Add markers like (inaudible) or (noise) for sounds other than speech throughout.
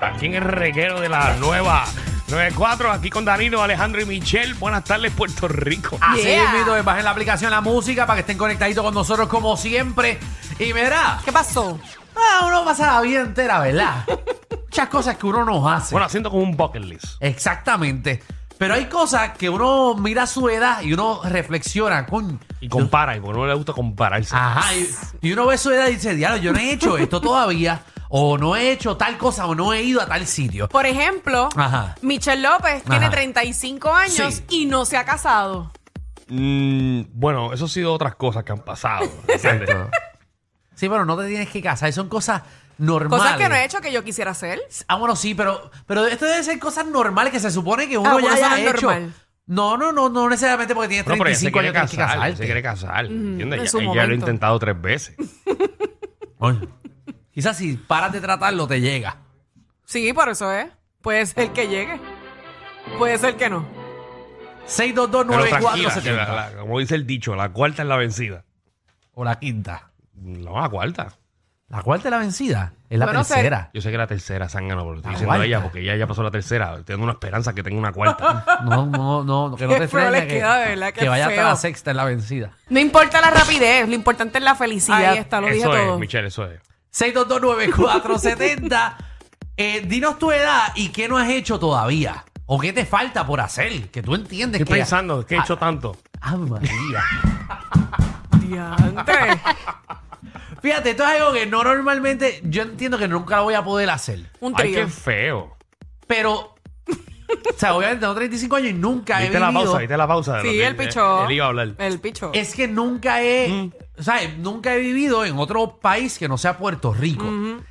aquí en el reguero de la nueva 94, aquí con Danilo, Alejandro y Michelle. Buenas tardes, Puerto Rico. Así Yeah. es, mito, bajen la aplicación La Música para que estén conectaditos con nosotros como siempre. Y verá, ¿Qué pasó? ah, uno pasa la vida entera, (laughs) ¿verdad? Muchas cosas que uno nos hace. Bueno, haciendo como un bucket list. Exactamente. Pero hay cosas que uno mira a su edad y uno reflexiona, con Y compara, y por no le gusta compararse. Ah. Ajá, y, y uno ve su edad y dice, diablo, yo no he hecho esto todavía, o no he hecho tal cosa, o no he ido a tal sitio. Por ejemplo, Ajá. Michelle López tiene Ajá. 35 años Sí. y no se ha casado. Mm, bueno, eso ha sido otras cosas que han pasado. ¿entiendes? Sí, pero no te tienes que casar, son cosas normales. Cosas que no he hecho que yo quisiera hacer. Ah, bueno, sí, pero, pero esto debe ser cosas normales que se supone que uno Ah, ya una haya cosa hecho. normal. No, no, no, no necesariamente porque tienes No, pero ella se 35 quiere años tienes que casar. ella se casarte. quiere casar. ¿Entiendes? en Ella- su ella lo ha momento. intentado tres veces. Oye, Quizás si paras de tratarlo te llega. Sí, por eso es. Puede ser que llegue. Puede ser que no. Pero tranquila, que 6229470. la- la- como dice el dicho, la cuarta es la vencida. O la quinta. No, la cuarta. La cuarta es la vencida. Es la Bueno, se- tercera. Yo sé que la tercera, Zángano, pero lo estoy La diciendo a ella cuarta. porque ella ya pasó la tercera. Tengo una esperanza que tenga una (laughs) cuarta. No, no, no, que no Qué te feo frene les que, queda, de verdad, qué que vaya hasta feo. la sexta es la vencida. No importa la rapidez, lo importante es la felicidad. Ahí está, lo dije eso es, todo. Michelle, eso es. 6229470. eh, dinos tu edad y qué no has hecho todavía. O qué te falta por hacer, que tú entiendes Estoy que... pensando, que he hecho tanto? Ah, María. Diantre. Fíjate, esto es algo que no normalmente... Yo entiendo que nunca lo voy a poder hacer. Un Ay, trío. qué feo. Pero... O sea, obviamente tengo 35 años y nunca he Viste la vivido- pausa, viste la pausa. de lo Sí, que el él- pichó. Él iba a hablar. El pichó. Es que nunca he, Mm. o sea, nunca he vivido en otro país que no sea Puerto Rico.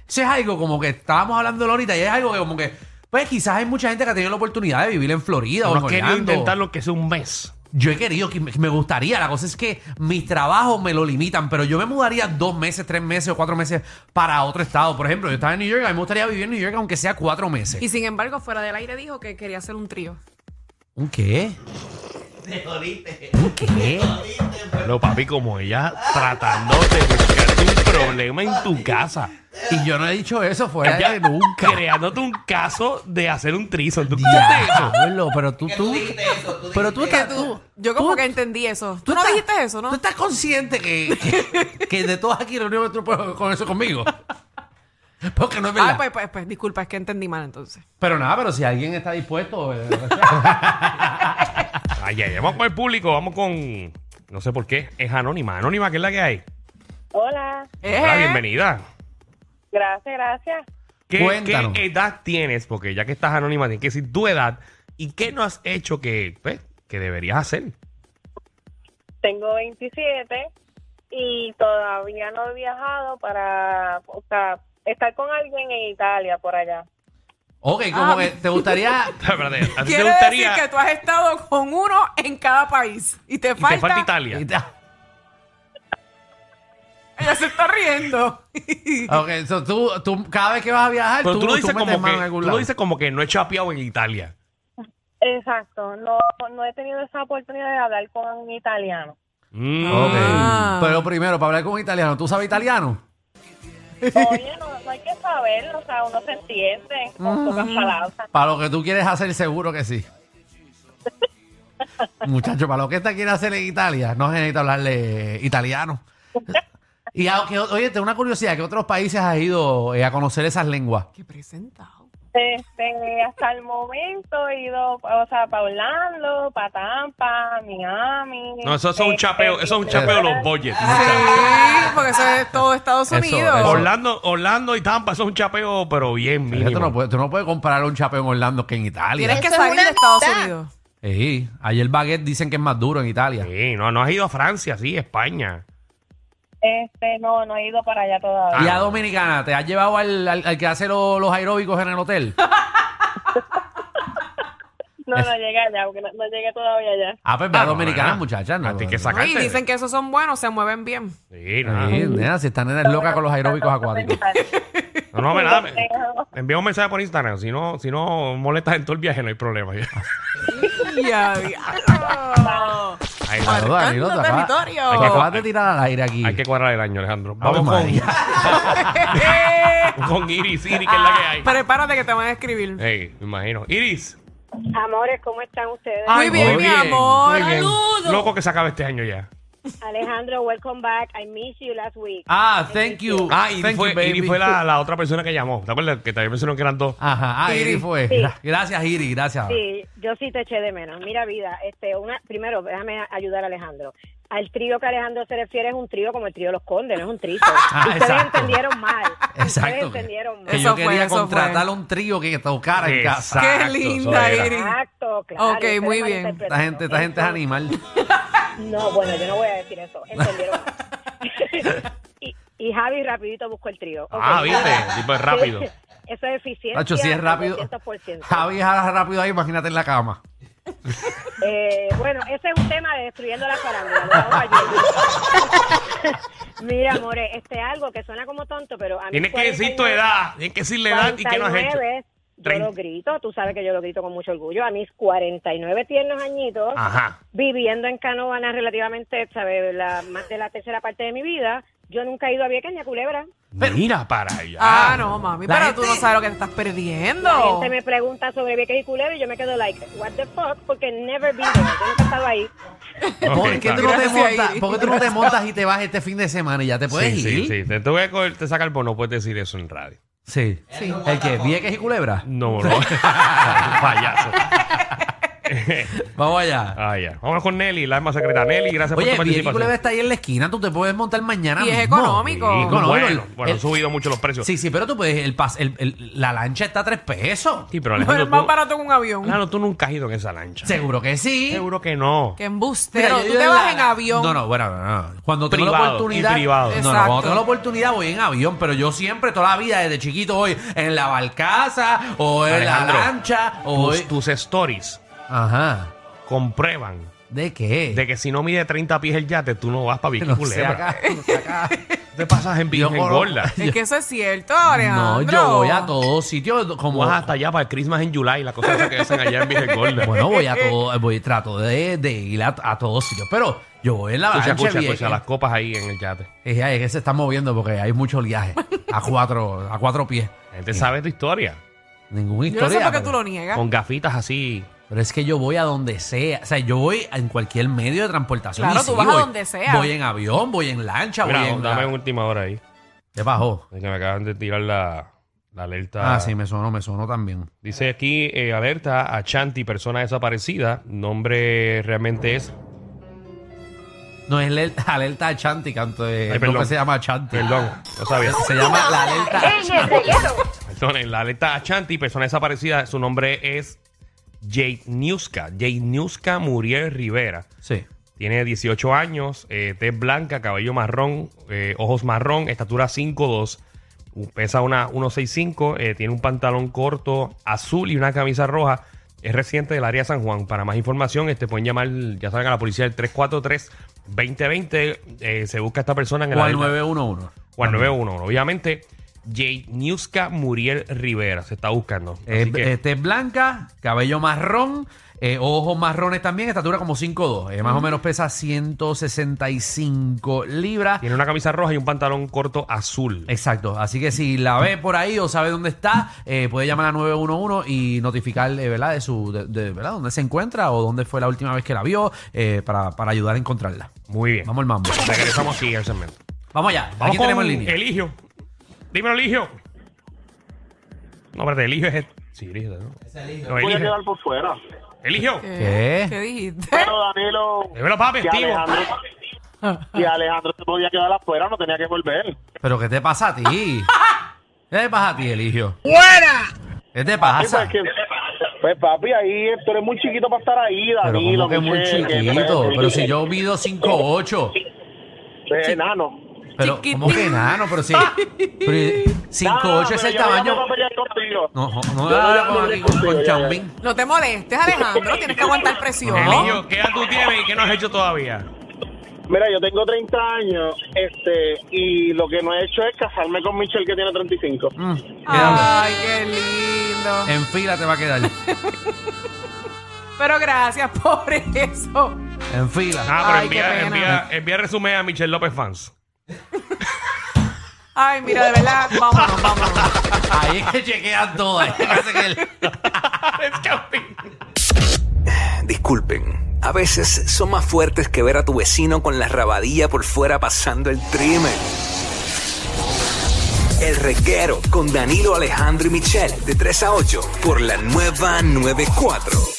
Eso es algo como que estábamos hablando ahorita y es algo que como que, pues quizás hay mucha gente que ha tenido la oportunidad de vivir en Florida o en No quería Orlando. intentarlo que sea un mes. Yo he querido, que me me gustaría. La cosa es que mis trabajos me lo limitan, pero yo me mudaría dos meses, tres meses o cuatro meses para otro estado. Por ejemplo, yo estaba en New York, a mí me gustaría vivir en New York aunque sea cuatro meses. Y sin embargo, fuera del aire dijo que quería hacer un trío. ¿Un qué? (laughs) ¿Un qué? Pero papi, como ella tratando de buscarte un problema en tu casa. Y yo no he dicho eso fuera Ella de nunca. Creándote un caso de hacer un trison. ¿Tú escuchaste eso? Diablo, pero tú, tú, pero tú, Que estás- tú, yo como tú- que entendí eso. Tú, tú no estás- dijiste eso, ¿no? Tú estás consciente que, (laughs) que, que de todas aquí lo único que tú puedes con eso conmigo. Porque no es verdad. Ah, pues, pues, pues, disculpa, es que entendí mal entonces. Pero nada, pero si alguien está dispuesto. eh, (laughs) Ay, ay, vamos con el público, vamos con. No sé por qué, es anónima. Anónima, ¿qué es la que hay? Hola, Hola, Eh. bienvenida. gracias, gracias. ¿Qué, Cuéntanos. qué edad tienes? Porque ya que estás anónima, tienes que decir tu edad y qué no has hecho que, pues, que deberías hacer. (laughs) Tengo 27 y todavía no he viajado para, o sea, estar con alguien en Italia por allá. ok, como Ah. que te (laughs) gustaría. Espérate, ¿a ti te Quiere gustaría? decir que tú has estado con uno en cada país y te y falta. te falta Italia. Ella se está riendo. (laughs) Ok, so tú, tú, cada vez que vas a viajar, Pero tú, lo dices metes como que, mano en algún tú lado. lo dices como que no he chapeado en Italia. Exacto, no, no he tenido esa oportunidad de hablar con un (laughs) italiano. Mm. Ok. Ah. Pero primero, para hablar con un italiano, ¿tú sabes italiano? Oye, no, no hay que saberlo, o sea, uno se entiende con pocas palabras. Para lo que tú quieres hacer, seguro que sí. Muchacho, para lo que esta quiere hacer en Italia, no se necesita hablarle italiano. Y aunque, oye, tengo una curiosidad, ¿qué otros países has ido eh, a conocer esas lenguas? Qué presentado. Este, hasta el momento he ido, o sea, para Orlando, para Tampa, Miami. No, eso, eso es un este, chapeo, eso es un chapeo de los budgets. Sí, porque eso es todo Estados Eso, Unidos. eso. Orlando, Orlando y Tampa, eso es un chapeo, pero bien Oye, Tú no, mínimo. puedes, tú no puedes comparar un chapeo en Orlando que en Tienes Italia. que Eso es salir una de Estados amistad. Unidos. Sí, ahí el baguette dicen que es más duro en Italia. Sí, no, no has ido a Francia, sí, España. Este, no, no he ido para allá Ah, todavía. Y a Dominicana, ¿te has llevado al, al- al que hace lo- los aeróbicos en el hotel? No, no llegué allá, porque no, no llegué todavía allá. Ah, pues ve a Ah, no, Dominicana, nena. muchachas. No, A ti que Ah. no. No, sacarte. Y dicen que esos son buenos, se mueven (laughs) bien. Sí, nada. Sí, nena, si esta nena es loca con los aeróbicos (laughs) acuáticos. No, no, me nada. me- Envía un mensaje por Instagram. Si no, si no molestas en todo el viaje, no hay problema. Ya, diablo. Ahí Ahí está. Claro, Danilo, Marcando te acabas- territorio. te acabas de tirar al aire aquí. Hay que cuadrar el año, Alejandro. Ave Vamos con, María. con Iris, Iris, que es la que hay. Eh, Prepárate que te van a escribir. Ey, me imagino. Iris, Amores, ¿cómo están ustedes? Muy bien, muy mi bien, amor. muy bien. Saludos. loco que se acabe este año ya. Alejandro, welcome back. I missed you last week. Ah, thank you. Ah, Iris Thank you, fue, baby. Iris fue la, la otra persona que llamó. ¿Te acuerdas? Que también mencionaron que eran dos. Ajá, ah, Iri Iri. fue. Sí. Gra- Gracias, Iri, gracias. Sí, yo sí te eché de menos. Mira, vida, este, una, primero, déjame ayudar a Alejandro. Al trío que Alejandro se refiere es un trío como el trío Los Condes, no es un (laughs) trío. Ustedes Ah, exacto. (laughs) entendieron mal. Ustedes Exacto. Que, que entendieron mal. yo Eso fue, quería eso fue. contratar a un trío que Ah, tocara en Exacto, casa. Qué eso linda, era. Iris. Exacto, claro. Ok, ustedes muy bien. Esta malinterpretaron. gente, esta gente es animal. No, bueno, yo no voy a decir eso. (laughs) Entendieron mal. y, y Javi rapidito buscó el trío. Ok. Ah, viste, (laughs) tipo es rápido. Eso es eficiencia. Nacho, si es rápido. 200%. Javi es rápido ahí, imagínate en la cama. Eh, bueno, ese es un tema de destruyendo la farándula. lo (laughs) hago ayer. Mira, amores, este algo que suena como tonto, pero a mí Tienes que decir tu 49, edad. Tienes que decir la edad y qué no has hecho. 49, Yo Trein- lo grito, tú sabes que yo lo grito con mucho orgullo. A mis 49 tiernos añitos, Ajá. viviendo en Canovana relativamente, ¿sabes? La, más de la tercera parte de mi vida, yo nunca he ido a Vieques ni a Culebra. Mira para allá. Ah, no, mami, La pero gente- tú no sabes lo que te estás La perdiendo. gente me pregunta sobre Vieques y Culebra y yo me quedo like, what the fuck, porque never been there, yo nunca he estado ahí. Ah, Ok, ¿Por, qué está tú no te Gracias, montas, Iri. por qué tú no te montas y te vas este fin de semana y ya te puedes Sí, ir? sí, sí. Te tuve que coger- te saca el bono, puedes decir eso en radio. Sí. ¿El que ¿Vieques y Culebra? No, no. (laughs) Payaso. Vamos allá. Ah, ya. Vamos con Nelly, la alma secreta. Nelly, gracias Oye, por tu Vieques y Culebra participación. está ahí en la esquina, tú te puedes montar mañana Y es mismo. económico. Sí, Económico. bueno, bueno, han El- subido mucho los precios. Sí, Sí, sí, pero tú puedes, el pas- el- el- la lancha está a tres pesos. pero Pero Alejandro, es más tú- barato que un avión. claro, tú nunca has ido en esa lancha. Seguro que sí. Seguro que no. Que Mira, embustero. yo- Tú yo te la- vas en avión. No, no, bueno, no, no. Cuando tengo la Privado, oportunidad. y privado. No, no, cuando Exacto. tengo la oportunidad voy en avión, pero yo siempre, toda la vida, desde chiquito, voy en la barcaza, o en Alejandro, la lancha, o voy- Tus, tus stories Ajá. comprueban ¿De qué? de que si no mide 30 pies el yate, tú no vas para Vicky no sé Culebra. acá, no sé acá. Te pasas en Yo Virgen conozco- (laughs) Gorda. Es que eso es cierto, (laughs) Alejandro. No, yo voy a todos sitios como. Vas hasta allá para el Christmas en July, la cosa esa que hacen allá en Virgen Gorda. Bueno, voy (laughs) a todo, voy, trato de, de ir a, a todos sitios, pero yo voy en la escucha, lancha. escucha, vieja. escucha las copas ahí en el yate. Es ahí que se está moviendo porque hay mucho oleaje a cuatro, a cuatro pies. La gente sabe tu historia. Ninguna Yo no historia. sé por qué pero- tú lo niegas. Con gafitas así. Pero es que yo voy a donde sea. O sea, yo voy en cualquier medio de transportación. Claro, y tú sí, vas a voy- donde sea. Voy en avión, voy en lancha, voy Mira, en. dame última hora ahí. ¿Qué bajó? Es que me acaban de tirar la, la alerta. Ah, sí, me sonó, me sonó también. Dice aquí, eh, alerta a Chanti, persona desaparecida. Nombre realmente es... No es la alerta a Chanti, canto de. Ay, no perdón. que se llama Chanti. Perdón, no sabía. Se llama la alerta. En el reguero. Perdonen, la alerta a Chanti, persona desaparecida. Su nombre es Jade Newska. Jade Newska Muriel Rivera. Sí. Tiene 18 años, eh, tez blanca, cabello marrón, eh, ojos marrón, estatura 5'2, u- pesa una 1'65, eh, tiene un pantalón corto azul y una camisa roja. Es residente del área de San Juan. Para más información, este pueden llamar, ya saben, a la policía del 343-2020. Eh, se busca esta persona en el O al área- 911. o al 911. Obviamente, Jade Newska Muriel Rivera se está buscando. Así Eh, que- este es blanca, cabello marrón, eh, ojos marrones también, estatura como 5'2. eh, más o menos pesa 165 libras. tiene una camisa roja y un pantalón corto azul. Eh. Exacto, así que si la ve por ahí o sabe dónde está, eh, puede llamar a 911 y notificar, eh, ¿verdad? De su, de, de- ¿verdad? Dónde se encuentra o dónde fue la última vez que la vio eh, para, para ayudar a encontrarla. Muy bien. Vamos al mambo. Regresamos aquí al segmento. Vamos allá. Vamos Aquí con tenemos en línea. Eligio. Dímelo, Eligio. No, espérate, Eligio es el... Sí, Eligio, ¿no? Es Eligio. No, voy a Eligio. quedar por fuera. Eligio. ¿Qué? ¿Qué? ¿Qué dijiste? (laughs) Pero Danilo, Dímelo, papi, si activo. Alejandro, si Alejandro se podía quedar afuera, no tenía que volver. Pero ¿qué te pasa a (laughs) ti? ¿Qué te pasa a ti, Eligio? ¡Fuera! ¿Qué Ah, te pasa? pues papi, ahí tú eres muy chiquito para estar ahí, Pero como Danilo. que muy Michelle, que- chiquito. que- Pero si yo mido 5'8. Eh, enano. Pero ¿cómo que Chiquitín. enano? Pero si... Pero 5'8 (laughs) es Nada, el pero yo tamaño... No, voy a pelear contigo. (laughs) No, no, no, Yo no no, llamo con- directo, con- yo con llamo. Chambín. No te molestes, Alejandro. Tienes que aguantar presión. Eligio, ¿qué edad tú tienes y qué no has hecho todavía? Mira, yo tengo 30 años este, y lo que no he hecho es casarme con Michelle, que tiene 35. Mm, quédame. Ay, qué lindo. En fila te va a quedar. Pero gracias por (laughs) eso. En fila. Ah, pero Ay, qué envía, pena. envía, envía resumen a Michelle López Fans. (laughs) Ay, mira, de verdad, vámonos, vámonos. Ahí es que chequean todo. Ahí parece que el- Es camping. Disculpen, a veces son más fuertes que ver a tu vecino con la rabadilla por fuera pasando el trimmer. El reguero con Danilo Alejandro y Michel de 3 a 8 por la nueva 94.